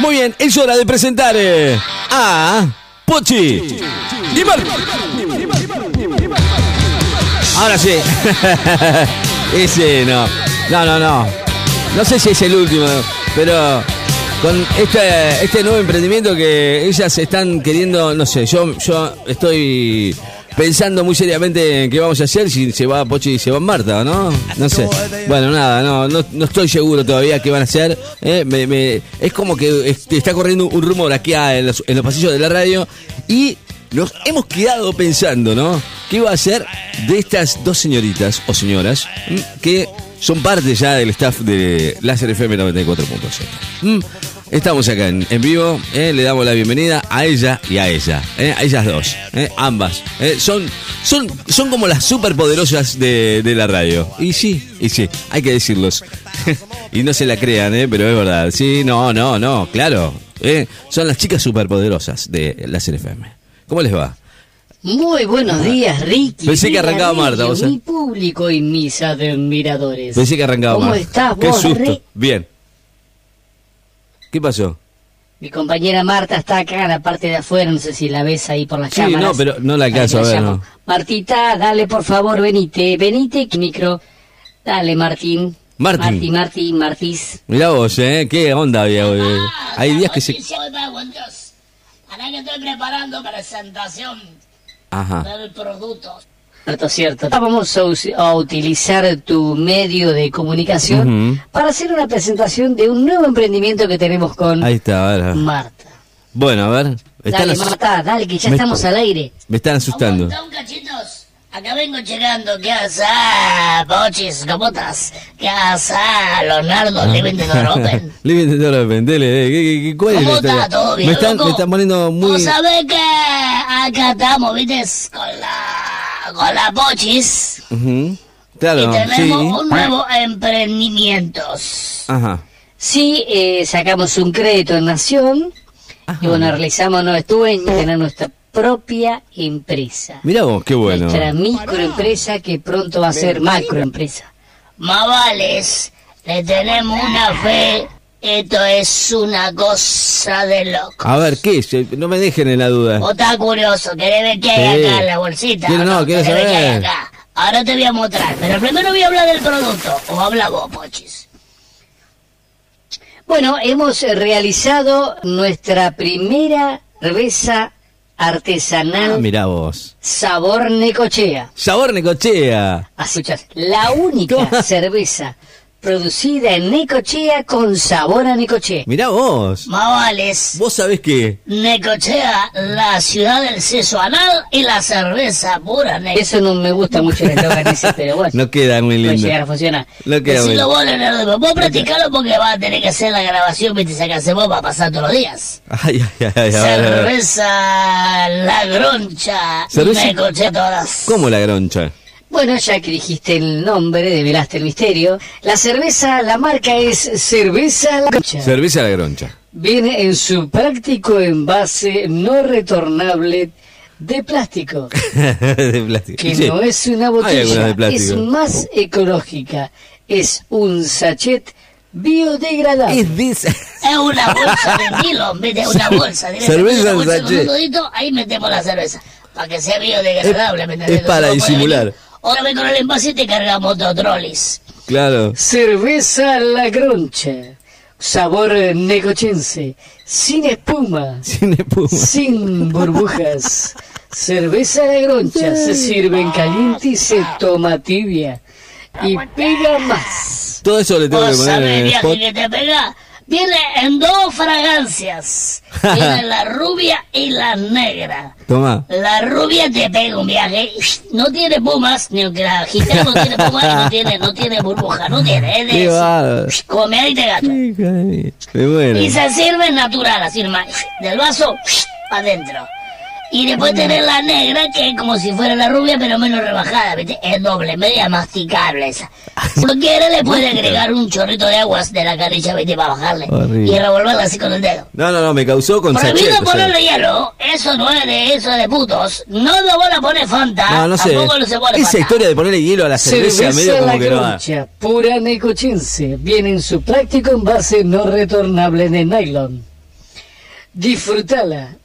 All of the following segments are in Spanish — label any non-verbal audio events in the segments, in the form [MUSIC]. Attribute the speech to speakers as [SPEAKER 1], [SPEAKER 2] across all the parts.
[SPEAKER 1] Muy bien, es hora de presentar eh, a Pochi Guimar. Ahora sí. Ese no. No, no, no. No sé si es el último, pero con este, este nuevo emprendimiento que ellas están queriendo, no sé, yo, yo estoy pensando muy seriamente en qué vamos a hacer, si se va Pochi y se va Marta, ¿o ¿no? No sé. Bueno, nada, no, no, no estoy seguro todavía qué van a hacer. eh, me- me- es como que este, está corriendo un rumor aquí ah, en, los, en los pasillos de la radio y nos hemos quedado pensando, ¿no? ¿Qué iba a hacer de estas dos señoritas o señoras mm, que son parte ya del staff de Láser FM 94.7? Mm, Estamos acá en, en vivo, eh, le damos la bienvenida a ella y a ella, eh, a ellas dos, eh, ambas. eh, son, son, son como las superpoderosas de, de la radio. Y sí, y sí, hay que decirlos. [LAUGHS] y no se la crean, eh, pero es verdad. Sí, no, no, no, claro. eh, son las chicas superpoderosas de la CFM. ¿Cómo les va?
[SPEAKER 2] Muy buenos días, Ricky.
[SPEAKER 1] Pensé que
[SPEAKER 2] Mira,
[SPEAKER 1] arrancaba
[SPEAKER 2] Ricky,
[SPEAKER 1] Marta, vos,
[SPEAKER 2] Mi
[SPEAKER 1] eh.
[SPEAKER 2] público y mis admiradores.
[SPEAKER 1] Pensé que arrancaba
[SPEAKER 2] ¿Cómo
[SPEAKER 1] más.
[SPEAKER 2] estás
[SPEAKER 1] Qué
[SPEAKER 2] vos,
[SPEAKER 1] susto.
[SPEAKER 2] Rick?
[SPEAKER 1] Bien. ¿Qué pasó?
[SPEAKER 2] Mi compañera Marta está acá en la parte de afuera, no sé si la ves ahí por las
[SPEAKER 1] Sí,
[SPEAKER 2] cámaras.
[SPEAKER 1] no, pero no la
[SPEAKER 2] Ahí
[SPEAKER 1] alcanzo a ver,
[SPEAKER 2] llamo.
[SPEAKER 1] no.
[SPEAKER 2] Martita, dale por favor, venite, venite, que micro. Dale, Martín.
[SPEAKER 1] Martín.
[SPEAKER 2] Martín, Martín, Martís.
[SPEAKER 1] Mirá vos, ¿eh? ¿Qué onda había? hoy, eh?
[SPEAKER 3] Ah,
[SPEAKER 1] Hay días que se...
[SPEAKER 3] Ahora que estoy preparando presentación
[SPEAKER 1] Ajá.
[SPEAKER 3] del producto.
[SPEAKER 2] Cierto, cierto. Vamos a, us- a utilizar tu medio de comunicación
[SPEAKER 1] Ujú.
[SPEAKER 2] para hacer una presentación de un nuevo emprendimiento que tenemos con
[SPEAKER 1] Ahí está, ahora.
[SPEAKER 2] Marta.
[SPEAKER 1] Bueno, a ver. Están
[SPEAKER 2] Dale,
[SPEAKER 1] as-
[SPEAKER 2] Marta, dale, que ya
[SPEAKER 1] Me-
[SPEAKER 2] estamos al aire.
[SPEAKER 1] Me están asustando.
[SPEAKER 3] Aguantá un cachitos. Acá vengo llegando. ¿Qué haces? Ah, Pochis, gomotas. ¿Qué haces? Ah, Leonardo, Living the Door
[SPEAKER 1] [LAUGHS]
[SPEAKER 3] Open.
[SPEAKER 1] Living the door open, dele, eh, ¿qué- qué- qué- ¿Cuál es la
[SPEAKER 3] ¿Cómo
[SPEAKER 1] historia?
[SPEAKER 3] está? ¿Todo bien,
[SPEAKER 1] me, están,
[SPEAKER 3] loco?
[SPEAKER 1] me están poniendo
[SPEAKER 3] Vos
[SPEAKER 1] muy.
[SPEAKER 3] sabés que acá estamos, viste, con la... Con la Pochis.
[SPEAKER 1] Ujú. Claro,
[SPEAKER 3] y tenemos
[SPEAKER 1] sí.
[SPEAKER 3] un nuevo emprendimiento.
[SPEAKER 1] Ajá.
[SPEAKER 2] Sí, eh, sacamos un crédito en Nación y bueno, realizamos nuestro sueño, tener nuestra propia empresa.
[SPEAKER 1] Mirá vos, qué bueno.
[SPEAKER 2] Nuestra microempresa que pronto va a ser macroempresa.
[SPEAKER 3] Más vales, le tenemos una fe. Esto es una cosa de loco.
[SPEAKER 1] A ver, ¿qué es? Eh, No me dejen en la duda.
[SPEAKER 3] Vos estás curioso, querés ver qué hay
[SPEAKER 1] Sí.
[SPEAKER 3] acá en la bolsita.
[SPEAKER 1] Quiero- no, quiero
[SPEAKER 3] ¿Querés ver qué hay
[SPEAKER 1] saber.
[SPEAKER 3] acá? Ahora te voy a mostrar, pero primero voy a hablar del producto. O habla vos, Pochis.
[SPEAKER 2] Bueno, hemos eh, realizado nuestra primera cerveza
[SPEAKER 1] Ah,
[SPEAKER 2] artesanal
[SPEAKER 1] mirá vos.
[SPEAKER 2] sabor necochea.
[SPEAKER 1] Sabor Necochea.
[SPEAKER 3] Ah,
[SPEAKER 2] Así escuchás,
[SPEAKER 1] [LAUGHS]
[SPEAKER 2] la única cerveza producida en necochea con sabor a necochea.
[SPEAKER 1] Mirá vos.
[SPEAKER 3] Más vales,
[SPEAKER 1] Vos sabés que.
[SPEAKER 3] necochea la ciudad del seso anal y la cerveza pura, negra.
[SPEAKER 2] Eso no me gusta mucho el eslogan ese, pero bueno.
[SPEAKER 1] [LAUGHS] No queda muy
[SPEAKER 2] puede
[SPEAKER 1] lindo.
[SPEAKER 2] llegar a funcionar.
[SPEAKER 1] No queda muy
[SPEAKER 3] Decilo
[SPEAKER 1] lindo.
[SPEAKER 3] vos, Leonardo, vos practicalo porque vas a tener que hacer la grabación y te sacarse vos para pasar todos los días.
[SPEAKER 1] Ay, ay, ay, ay, a ver, a ver.
[SPEAKER 3] Cerveza, la groncha,
[SPEAKER 1] Cerveza-
[SPEAKER 3] me coché todas.
[SPEAKER 1] ¿Cómo la groncha?
[SPEAKER 2] Bueno, ya que dijiste el nombre, develaste el misterio. La cerveza, la marca es Cerveza La Concha.
[SPEAKER 1] Cerveza la groncha. [LAUGHS]
[SPEAKER 2] Viene en su práctico envase no retornable de plástico,
[SPEAKER 1] de plástico.
[SPEAKER 2] que
[SPEAKER 1] Sí.
[SPEAKER 2] no es una
[SPEAKER 1] Hay algunas de
[SPEAKER 2] botella, es
[SPEAKER 1] plástico.
[SPEAKER 2] más ecológica, es un sachet biodegradable.
[SPEAKER 1] Es de esa-
[SPEAKER 3] Es una bolsa de nylon, viste, una bolsa. directamente,
[SPEAKER 1] Cerveza
[SPEAKER 3] una bolsa
[SPEAKER 1] en
[SPEAKER 3] con un
[SPEAKER 1] sachet.
[SPEAKER 3] nudito, ahí metemos la cerveza. Para que sea biodegradable,
[SPEAKER 1] Es-
[SPEAKER 3] ¿me entendés?
[SPEAKER 1] es para
[SPEAKER 3] Nosotros podemos
[SPEAKER 1] disimular.
[SPEAKER 3] venir Otra vez con el envase y te cargamos dos trolis.
[SPEAKER 1] Claro.
[SPEAKER 2] Cerveza La Groncha. Sabor necochense. Sin espuma.
[SPEAKER 1] Sin espuma.
[SPEAKER 2] Sin burbujas. Cerveza La Groncha. Se sirve en caliente y se toma tibia. Y pega más.
[SPEAKER 1] Todo eso le tengo que
[SPEAKER 3] Vos
[SPEAKER 1] poner
[SPEAKER 3] sabés,
[SPEAKER 1] en el
[SPEAKER 3] viaje
[SPEAKER 1] spot.
[SPEAKER 3] que te pega. Viene en
[SPEAKER 1] [LAUGHS]
[SPEAKER 3] dos fragancias. Viene la rubia y la negra.
[SPEAKER 1] Tomá.
[SPEAKER 3] La rubia te pega un viaje, no tiene pumas, ni aunque la gitana no tiene pumas, y no tiene, no tiene burbuja, no tiene, es de
[SPEAKER 1] Qué
[SPEAKER 3] eso.
[SPEAKER 1] bárbaro.
[SPEAKER 3] Come ahí y te gasta.
[SPEAKER 1] Hija de mí. Me muero.
[SPEAKER 3] Y se sirve natural, así nomás, del vaso adentro. Y
[SPEAKER 1] Mm.
[SPEAKER 3] después tenés la negra, que es como si fuera la rubia, pero menos rebajada, ¿viste? Es doble, media
[SPEAKER 1] [LAUGHS]
[SPEAKER 3] masticable esa. Si lo quiere, le puede agregar un chorrito de aguas de la canilla, ¿viste? Para bajarle.
[SPEAKER 1] Horrible.
[SPEAKER 3] Y revolverla así con el dedo.
[SPEAKER 1] No, no, no, me causó con sachet.
[SPEAKER 3] Prohibido
[SPEAKER 1] o sea.
[SPEAKER 3] ponerle hielo, eso no es de eso es de putos. No lo van a poner Fanta,
[SPEAKER 1] No, no sé.
[SPEAKER 3] tampoco lo se pone
[SPEAKER 1] Esa
[SPEAKER 3] Fanta.
[SPEAKER 1] historia de ponerle hielo a la cerveza medio
[SPEAKER 2] Cerveza La
[SPEAKER 1] como que no va.
[SPEAKER 2] Groncha. Pura necochense. Viene en su práctico envase no retornable de nylon. Disfrútala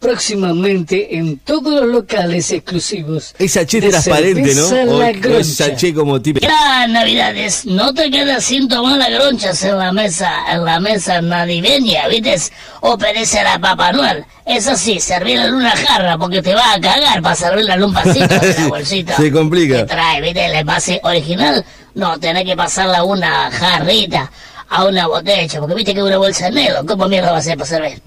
[SPEAKER 2] próximamente en todos los locales exclusivos.
[SPEAKER 1] Es saché
[SPEAKER 2] de
[SPEAKER 1] transparente, ¿no?
[SPEAKER 2] Cerveza
[SPEAKER 1] O,
[SPEAKER 2] La
[SPEAKER 1] o es
[SPEAKER 2] Groncha.
[SPEAKER 1] saché como tipo.
[SPEAKER 3] Las navidades, no te quedas sin tomar las gronchas en la mesa, en la mesa navideña, ¿viste? O perecer a Papá Noel. Eso sí, servirla en una jarra, porque te va a cagar para servirla en un vasito
[SPEAKER 1] [LAUGHS]
[SPEAKER 3] de la bolsita.
[SPEAKER 1] Se complica.
[SPEAKER 3] Que trae, ¿viste? El envase original, no, tenés que pasarla a una jarrita, a una botella, porque viste que es una bolsa de negro, ¿cómo mierda va a ser para servir?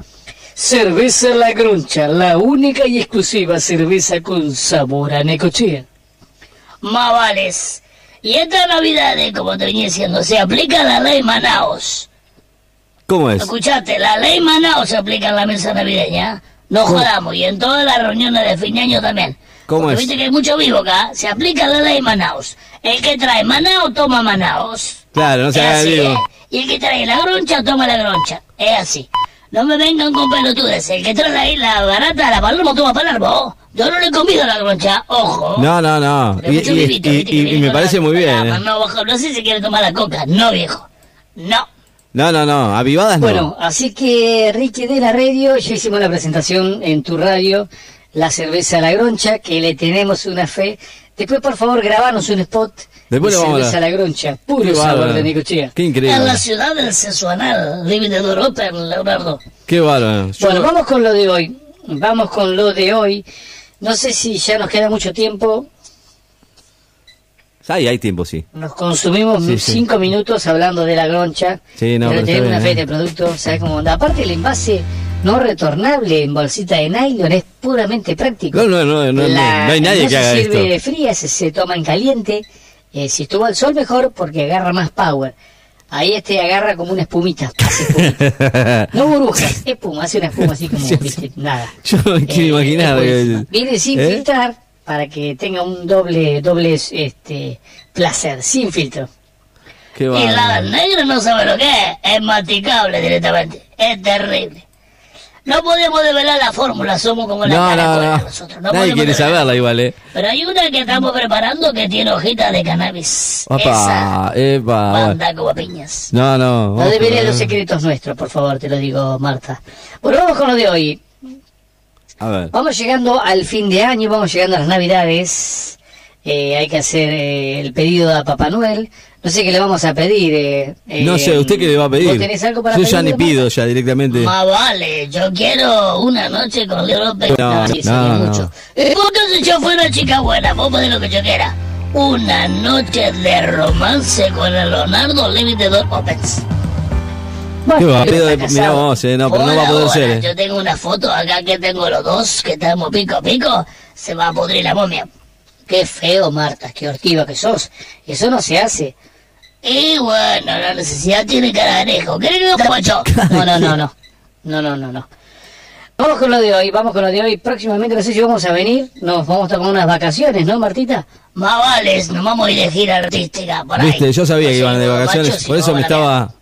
[SPEAKER 2] Cerveza La Groncha, la única y exclusiva cerveza con sabor a necochea.
[SPEAKER 3] Más vales. Y estas navidades, como te venía diciendo, se aplica la ley Manaos.
[SPEAKER 1] ¿Cómo es?
[SPEAKER 3] Escuchate, la ley Manao se aplica en la mesa navideña. ¿eh? No jodamos, y en todas las reuniones de fin de año también.
[SPEAKER 1] ¿Cómo
[SPEAKER 3] Porque
[SPEAKER 1] es?
[SPEAKER 3] Viste que hay mucho vivo acá, se aplica la ley Manaos. El que trae Manao toma Manaos.
[SPEAKER 1] Claro, no se
[SPEAKER 3] Es
[SPEAKER 1] haga
[SPEAKER 3] así,
[SPEAKER 1] vivo.
[SPEAKER 3] ¿eh? Y el que trae la groncha toma la groncha. Es así. No me vengan con pelotudes. El que trae ahí la barata, la paloma toma palermo. Yo no le convido la groncha, ojo.
[SPEAKER 1] No, no, no.
[SPEAKER 3] Pero
[SPEAKER 1] Y,
[SPEAKER 3] mucho
[SPEAKER 1] y-
[SPEAKER 3] vivito,
[SPEAKER 1] y-
[SPEAKER 3] viste que
[SPEAKER 1] y- y
[SPEAKER 3] viene
[SPEAKER 1] me
[SPEAKER 3] con
[SPEAKER 1] parece
[SPEAKER 3] la-
[SPEAKER 1] muy
[SPEAKER 3] Ah,
[SPEAKER 1] bien.
[SPEAKER 3] pero
[SPEAKER 1] ¿eh?
[SPEAKER 3] No, ojo, no sé si quiere tomar la coca. No, viejo. No.
[SPEAKER 1] No, no, no. Avivadas Ah, no.
[SPEAKER 2] Bueno, así que Ricky de la radio, ya hicimos la presentación en tu radio, la cerveza La Groncha, que le tenemos una fe. Después, por favor, grabanos un spot
[SPEAKER 1] Después
[SPEAKER 2] de
[SPEAKER 1] lo vamos a
[SPEAKER 2] cerveza La Groncha, puro
[SPEAKER 1] Qué
[SPEAKER 2] sabor
[SPEAKER 1] bárbaro.
[SPEAKER 2] de necochea.
[SPEAKER 1] Qué
[SPEAKER 3] En
[SPEAKER 1] increíble.
[SPEAKER 3] la ciudad del Sensuanal, límite de Europa, en Leonardo.
[SPEAKER 1] Qué bárbaro. Yo-
[SPEAKER 2] Bueno, vamos con lo de hoy. Vamos con lo de hoy. No sé si ya nos queda mucho tiempo.
[SPEAKER 1] Ay, hay tiempo, sí.
[SPEAKER 2] Nos consumimos
[SPEAKER 1] Sí, sí.
[SPEAKER 2] cinco minutos hablando de la groncha.
[SPEAKER 1] Sí, no,
[SPEAKER 2] pero
[SPEAKER 1] pero
[SPEAKER 2] tenemos
[SPEAKER 1] está
[SPEAKER 2] una fe
[SPEAKER 1] bien, ¿eh?
[SPEAKER 2] de producto, ¿sabes cómo onda? Aparte, el envase no retornable en bolsita de nylon es puramente práctico.
[SPEAKER 1] No, no, no, no, no,
[SPEAKER 2] La-
[SPEAKER 1] no hay nadie
[SPEAKER 2] no
[SPEAKER 1] que haga
[SPEAKER 2] se sirve
[SPEAKER 1] esto.
[SPEAKER 2] fría, se, se toma en caliente. Eh, si estuvo al sol, mejor porque agarra más power. Ahí este agarra como una espumita. hace
[SPEAKER 1] [LAUGHS]
[SPEAKER 2] espuma. No burbujas, espuma, hace una espuma así como, viste, nada.
[SPEAKER 1] Yo [LAUGHS] no me quiero
[SPEAKER 2] Eh,
[SPEAKER 1] imaginar.
[SPEAKER 2] es
[SPEAKER 1] eh,
[SPEAKER 3] pues,
[SPEAKER 2] buenísima. Viene sin
[SPEAKER 1] ¿eh?
[SPEAKER 2] filtrar para que tenga un doble, doble este, placer, sin filtro.
[SPEAKER 1] Qué
[SPEAKER 3] Y la
[SPEAKER 1] bárbaro.
[SPEAKER 3] negra no sabe lo que es, es masticable directamente, es terrible. No podemos develar la fórmula, somos como la
[SPEAKER 1] No, no,
[SPEAKER 3] caracola
[SPEAKER 1] no.
[SPEAKER 3] nosotros.
[SPEAKER 1] Nadie
[SPEAKER 3] podemos
[SPEAKER 1] quiere
[SPEAKER 3] develar.
[SPEAKER 1] saberla igual, ¿eh?
[SPEAKER 3] Pero hay una que estamos preparando que tiene hojitas de cannabis. Esa,
[SPEAKER 1] Opa, epa. bueno.
[SPEAKER 3] manda como piñas.
[SPEAKER 1] No, no.
[SPEAKER 2] No
[SPEAKER 1] ojo,
[SPEAKER 2] debería
[SPEAKER 1] eh.
[SPEAKER 2] los secretos nuestros, por favor, te lo digo, Marta. Bueno, vamos con lo de hoy.
[SPEAKER 1] A ver.
[SPEAKER 2] Vamos llegando al fin de año, vamos llegando a las Navidades. Eh, hay que hacer eh, el pedido a Papá Noel. No sé qué le vamos a pedir. eh,
[SPEAKER 1] No
[SPEAKER 2] eh,
[SPEAKER 1] sé, ¿usted qué le va a pedir?
[SPEAKER 2] ¿Vos tenés algo para
[SPEAKER 1] Yo ya ni
[SPEAKER 2] pedirle,
[SPEAKER 1] pido ya directamente.
[SPEAKER 3] Más Ah, vale, yo quiero una noche con Leo López.
[SPEAKER 1] No,
[SPEAKER 3] Sí, sí,
[SPEAKER 1] no,
[SPEAKER 3] mucho.
[SPEAKER 1] no.
[SPEAKER 3] Eh, vos que si yo fuera una chica buena, vos podés lo que yo quiera. Una noche de romance con el Leonardo Límite Door Opens.
[SPEAKER 2] Marta?
[SPEAKER 1] ¿Qué va?
[SPEAKER 2] Bueno,
[SPEAKER 1] Pido de-
[SPEAKER 2] está
[SPEAKER 1] mirá
[SPEAKER 2] casado.
[SPEAKER 1] vos, eh, no, pero no
[SPEAKER 3] Hola,
[SPEAKER 1] va a poder
[SPEAKER 3] hola,
[SPEAKER 1] ser, eh.
[SPEAKER 3] Yo tengo una foto acá que tengo los dos, que estamos pico a pico, se va a pudrir la momia.
[SPEAKER 2] Qué feo, Marta, qué hortiva que sos. Eso no se hace.
[SPEAKER 3] Y bueno, la necesidad tiene cara de anejo. ¿Querés que
[SPEAKER 1] [LAUGHS]
[SPEAKER 3] lo guacho?
[SPEAKER 2] No, no, no, no. No, no, no, no. Vamos con lo de hoy, vamos con lo de hoy. Próximamente no sé si vamos a venir, nos vamos a tomar unas vacaciones, ¿no, Martita?
[SPEAKER 3] Más vale, nos vamos a ir de gira artística por ahí.
[SPEAKER 1] Viste, yo sabía
[SPEAKER 3] No
[SPEAKER 1] que
[SPEAKER 3] sé,
[SPEAKER 1] iban de
[SPEAKER 3] guacho,
[SPEAKER 1] vacaciones,
[SPEAKER 3] si
[SPEAKER 1] por eso
[SPEAKER 3] vamos
[SPEAKER 1] me
[SPEAKER 3] a la
[SPEAKER 1] estaba...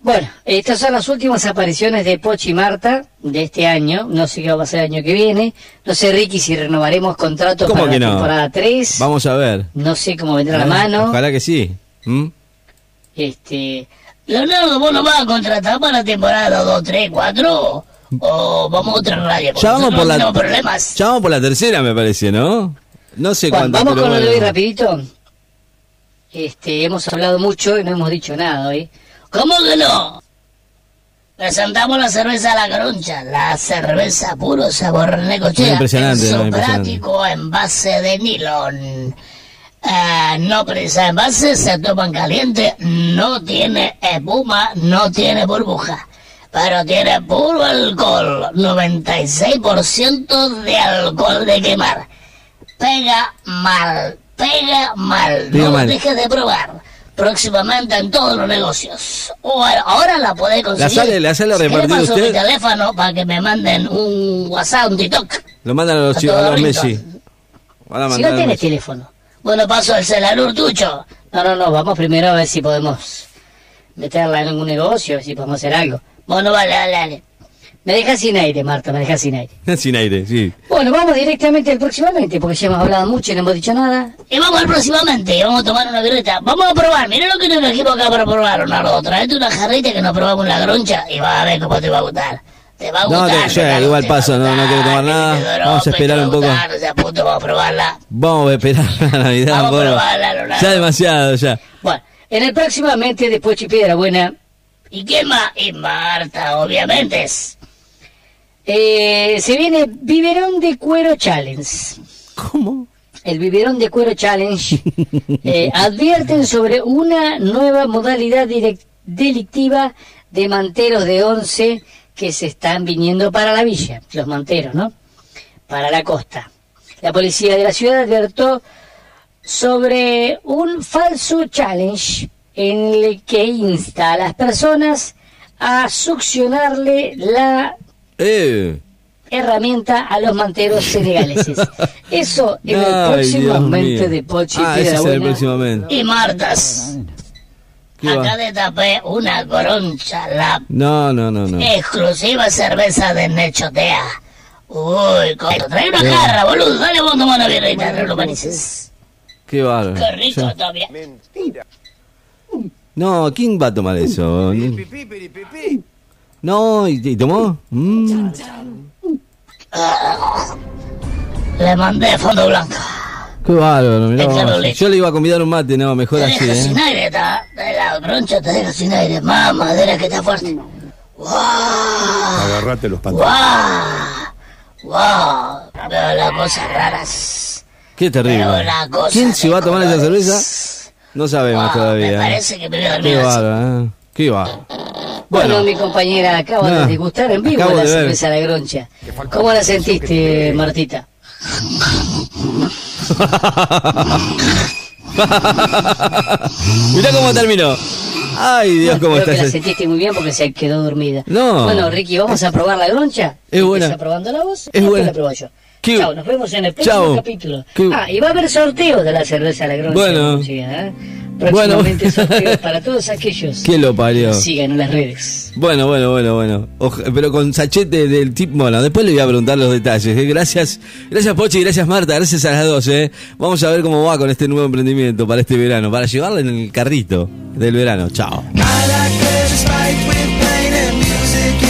[SPEAKER 2] Bueno, estas son las últimas apariciones de Pochi y Marta de este año. No sé qué va a pasar el año que viene. No sé, Ricky, si renovaremos contrato
[SPEAKER 1] ¿Cómo
[SPEAKER 2] para
[SPEAKER 1] que
[SPEAKER 2] la
[SPEAKER 1] no?
[SPEAKER 2] temporada 3.
[SPEAKER 1] Vamos a ver.
[SPEAKER 2] No sé cómo vendrá la
[SPEAKER 1] Eh,
[SPEAKER 2] mano.
[SPEAKER 1] Ojalá que sí. ¿Mm?
[SPEAKER 2] Este,
[SPEAKER 3] Leonardo, ¿vos nos vas a contratar para la temporada 2, 3, 4? ¿O vamos a otra radio? Porque
[SPEAKER 1] Ya vamos por
[SPEAKER 3] nosotros
[SPEAKER 1] la...
[SPEAKER 3] No tenemos problemas.
[SPEAKER 1] Ya vamos por la tercera, me parece, ¿no? No sé
[SPEAKER 2] Juan,
[SPEAKER 1] cuántas,
[SPEAKER 2] vamos
[SPEAKER 1] pero
[SPEAKER 2] con lo de hoy
[SPEAKER 1] bueno.
[SPEAKER 2] rapidito. Este, hemos hablado mucho y no hemos dicho nada hoy.
[SPEAKER 3] ¿Cómo que no? Presentamos la cerveza a la groncha, la cerveza puro sabor necochea.
[SPEAKER 1] Muy impresionante,
[SPEAKER 3] en
[SPEAKER 1] ¿no?
[SPEAKER 3] su
[SPEAKER 1] Impresionante.
[SPEAKER 3] práctico envase de nylon. Ah, no precisa envase, se toma en caliente, no tiene espuma, no tiene burbuja. Pero tiene puro alcohol, 96% de alcohol de quemar. Pega mal, pega mal,
[SPEAKER 1] Pega
[SPEAKER 3] no
[SPEAKER 1] mal.
[SPEAKER 3] dejes de probar. Próximamente en todos los negocios. O a- ahora la podés conseguir.
[SPEAKER 1] sale- la sale
[SPEAKER 3] Si querés
[SPEAKER 1] repartida
[SPEAKER 3] paso
[SPEAKER 1] usted.
[SPEAKER 3] mi teléfono para que me manden un WhatsApp, un TikTok.
[SPEAKER 1] Lo mandan a los,
[SPEAKER 3] A
[SPEAKER 1] chicos,
[SPEAKER 3] todos
[SPEAKER 1] a los
[SPEAKER 3] los
[SPEAKER 1] Messi.
[SPEAKER 3] ricos.
[SPEAKER 1] Van a
[SPEAKER 2] Si
[SPEAKER 1] mandar
[SPEAKER 2] no
[SPEAKER 1] a
[SPEAKER 2] tienes
[SPEAKER 1] Messi.
[SPEAKER 2] teléfono.
[SPEAKER 3] Bueno, paso el celular tucho.
[SPEAKER 2] No, no, no, vamos primero a ver si podemos meterla en algún negocio, a ver si podemos hacer algo.
[SPEAKER 3] Bueno, vale, dale, dale.
[SPEAKER 2] Me dejas sin aire, Marta, me dejas sin aire.
[SPEAKER 1] [LAUGHS] Sin aire, sí.
[SPEAKER 2] Bueno, vamos directamente al próximamente, porque ya hemos hablado mucho y no hemos dicho nada.
[SPEAKER 3] Y Eh, vamos al próximamente, y vamos a tomar una birrita. Vamos a probar, mirá lo que nos trajimos acá para probar, Leonardo. Traete una jarrita que nos probamos la groncha y vas a ver cómo te va a gustar.
[SPEAKER 4] Te va a
[SPEAKER 1] No,
[SPEAKER 4] gustar.
[SPEAKER 1] te- yo
[SPEAKER 4] Ricardo,
[SPEAKER 1] igual
[SPEAKER 4] te va
[SPEAKER 1] paso,
[SPEAKER 4] a
[SPEAKER 1] no- no
[SPEAKER 4] gustar,
[SPEAKER 1] quiero tomar
[SPEAKER 4] te
[SPEAKER 1] nada.
[SPEAKER 4] va
[SPEAKER 1] Vamos a esperar
[SPEAKER 4] te va
[SPEAKER 1] un poco.
[SPEAKER 4] gustar, no seas puto, vamos a probarla.
[SPEAKER 1] Vamos a esperar [LAUGHS] la Navidad.
[SPEAKER 4] Vamos a
[SPEAKER 1] gordo.
[SPEAKER 4] probarla, Leonardo.
[SPEAKER 1] Ya demasiado, ya.
[SPEAKER 3] Bueno, en el próximamente de Pochi Piedra Buena,
[SPEAKER 4] ¿Y quién más? Y Marta, obviamente. es.
[SPEAKER 3] eh, se viene Biberón de Cuero Challenge.
[SPEAKER 1] ¿Cómo?
[SPEAKER 3] El Biberón de Cuero Challenge eh, advierten sobre una nueva modalidad direc- delictiva de manteros de once que se están viniendo para la villa, los manteros, ¿no? Para la costa. La policía de la ciudad advirtió sobre un falso challenge en el que insta a las personas a succionarle la
[SPEAKER 1] Eh.
[SPEAKER 3] herramienta a los
[SPEAKER 1] [LAUGHS]
[SPEAKER 3] manteros senegaleses. Eso en el
[SPEAKER 1] Ay,
[SPEAKER 3] próximo
[SPEAKER 1] Dios mío.
[SPEAKER 3] aumento de Pochi
[SPEAKER 1] Ah, ese
[SPEAKER 3] Piedra
[SPEAKER 1] es el
[SPEAKER 3] Buena.
[SPEAKER 1] próximo momento.
[SPEAKER 4] Y Martas.
[SPEAKER 1] ¿Qué
[SPEAKER 4] acá
[SPEAKER 1] va?
[SPEAKER 4] te tapé una coroncha, la
[SPEAKER 1] No, no, no, no.
[SPEAKER 3] Eh,
[SPEAKER 4] exclusiva cerveza de Nechotea. Uy, coño, trae una jarra, boludo. Dale vos tomar una birrita, no lo manices.
[SPEAKER 1] Qué bárbaro.
[SPEAKER 4] Qué rico
[SPEAKER 1] Ya.
[SPEAKER 4] todavía.
[SPEAKER 1] No, ¿quién va a tomar eso? No, ¿y, y tomó? Mm.
[SPEAKER 4] Le mandé fondo blanco.
[SPEAKER 1] Qué bárbaro, mirá
[SPEAKER 4] Es
[SPEAKER 1] vos.
[SPEAKER 4] Carolina.
[SPEAKER 1] Yo le iba a convidar un mate, no, mejor
[SPEAKER 4] Te
[SPEAKER 1] así,
[SPEAKER 4] deja
[SPEAKER 1] ¿eh?
[SPEAKER 4] sin aire, ta. De la broncha te deja sin aire. Más madera que está fuerte. ¡Guau!
[SPEAKER 5] Agarrate los pantalones.
[SPEAKER 4] ¡Guau! ¡Guau! Veo las cosas raras.
[SPEAKER 1] Qué
[SPEAKER 4] Veo
[SPEAKER 1] terrible.
[SPEAKER 4] las cosas
[SPEAKER 1] ¿Quién se
[SPEAKER 4] de
[SPEAKER 1] va a tomar esa
[SPEAKER 4] colores.
[SPEAKER 1] cerveza? No sabemos
[SPEAKER 4] Guau, Ah, Me
[SPEAKER 1] todavía. ¿eh?
[SPEAKER 4] parece que me voy a
[SPEAKER 1] Qué
[SPEAKER 4] dormir así.
[SPEAKER 1] bárbaro, ¿eh? Qué bárbaro. [LAUGHS]
[SPEAKER 3] Bueno, mi compañera acaba
[SPEAKER 1] Ah,
[SPEAKER 3] de degustar en vivo
[SPEAKER 1] acabo
[SPEAKER 3] la
[SPEAKER 1] de ver.
[SPEAKER 3] cerveza La Groncha. ¿Cómo la sentiste, Martita?
[SPEAKER 1] Mirá cómo terminó. Ay, Dios, cómo
[SPEAKER 3] Creo
[SPEAKER 1] está
[SPEAKER 3] que la
[SPEAKER 1] ese-
[SPEAKER 3] sentiste muy bien porque se quedó dormida.
[SPEAKER 1] No.
[SPEAKER 3] Bueno, Ricky, vamos a probar La Groncha.
[SPEAKER 1] Es buena.
[SPEAKER 3] Empieza probando la voz y
[SPEAKER 1] Es
[SPEAKER 3] después
[SPEAKER 1] buena.
[SPEAKER 3] la pruebo yo.
[SPEAKER 1] Qué-
[SPEAKER 3] Chao, nos vemos en el próximo
[SPEAKER 1] Chao.
[SPEAKER 3] capítulo.
[SPEAKER 1] Qué-
[SPEAKER 3] Ah, y va a haber sorteo de la cerveza La Groncha.
[SPEAKER 1] Bueno.
[SPEAKER 3] sí, ¿eh? Próximamente
[SPEAKER 1] Bueno. [LAUGHS]
[SPEAKER 3] sorteo para todos aquellos
[SPEAKER 1] ¿Quién lo parió?
[SPEAKER 3] que sigan en las redes.
[SPEAKER 1] Bueno, bueno, bueno, bueno. Oj- pero con sachete del tip mono. Después le voy a preguntar los detalles. eh. Gracias, gracias Pochi, gracias Marta, gracias a las dos. eh. Vamos a ver cómo va con este nuevo emprendimiento para este verano, para llevarla en el carrito del verano. Chao.
[SPEAKER 6] I like curves spiked with pain and music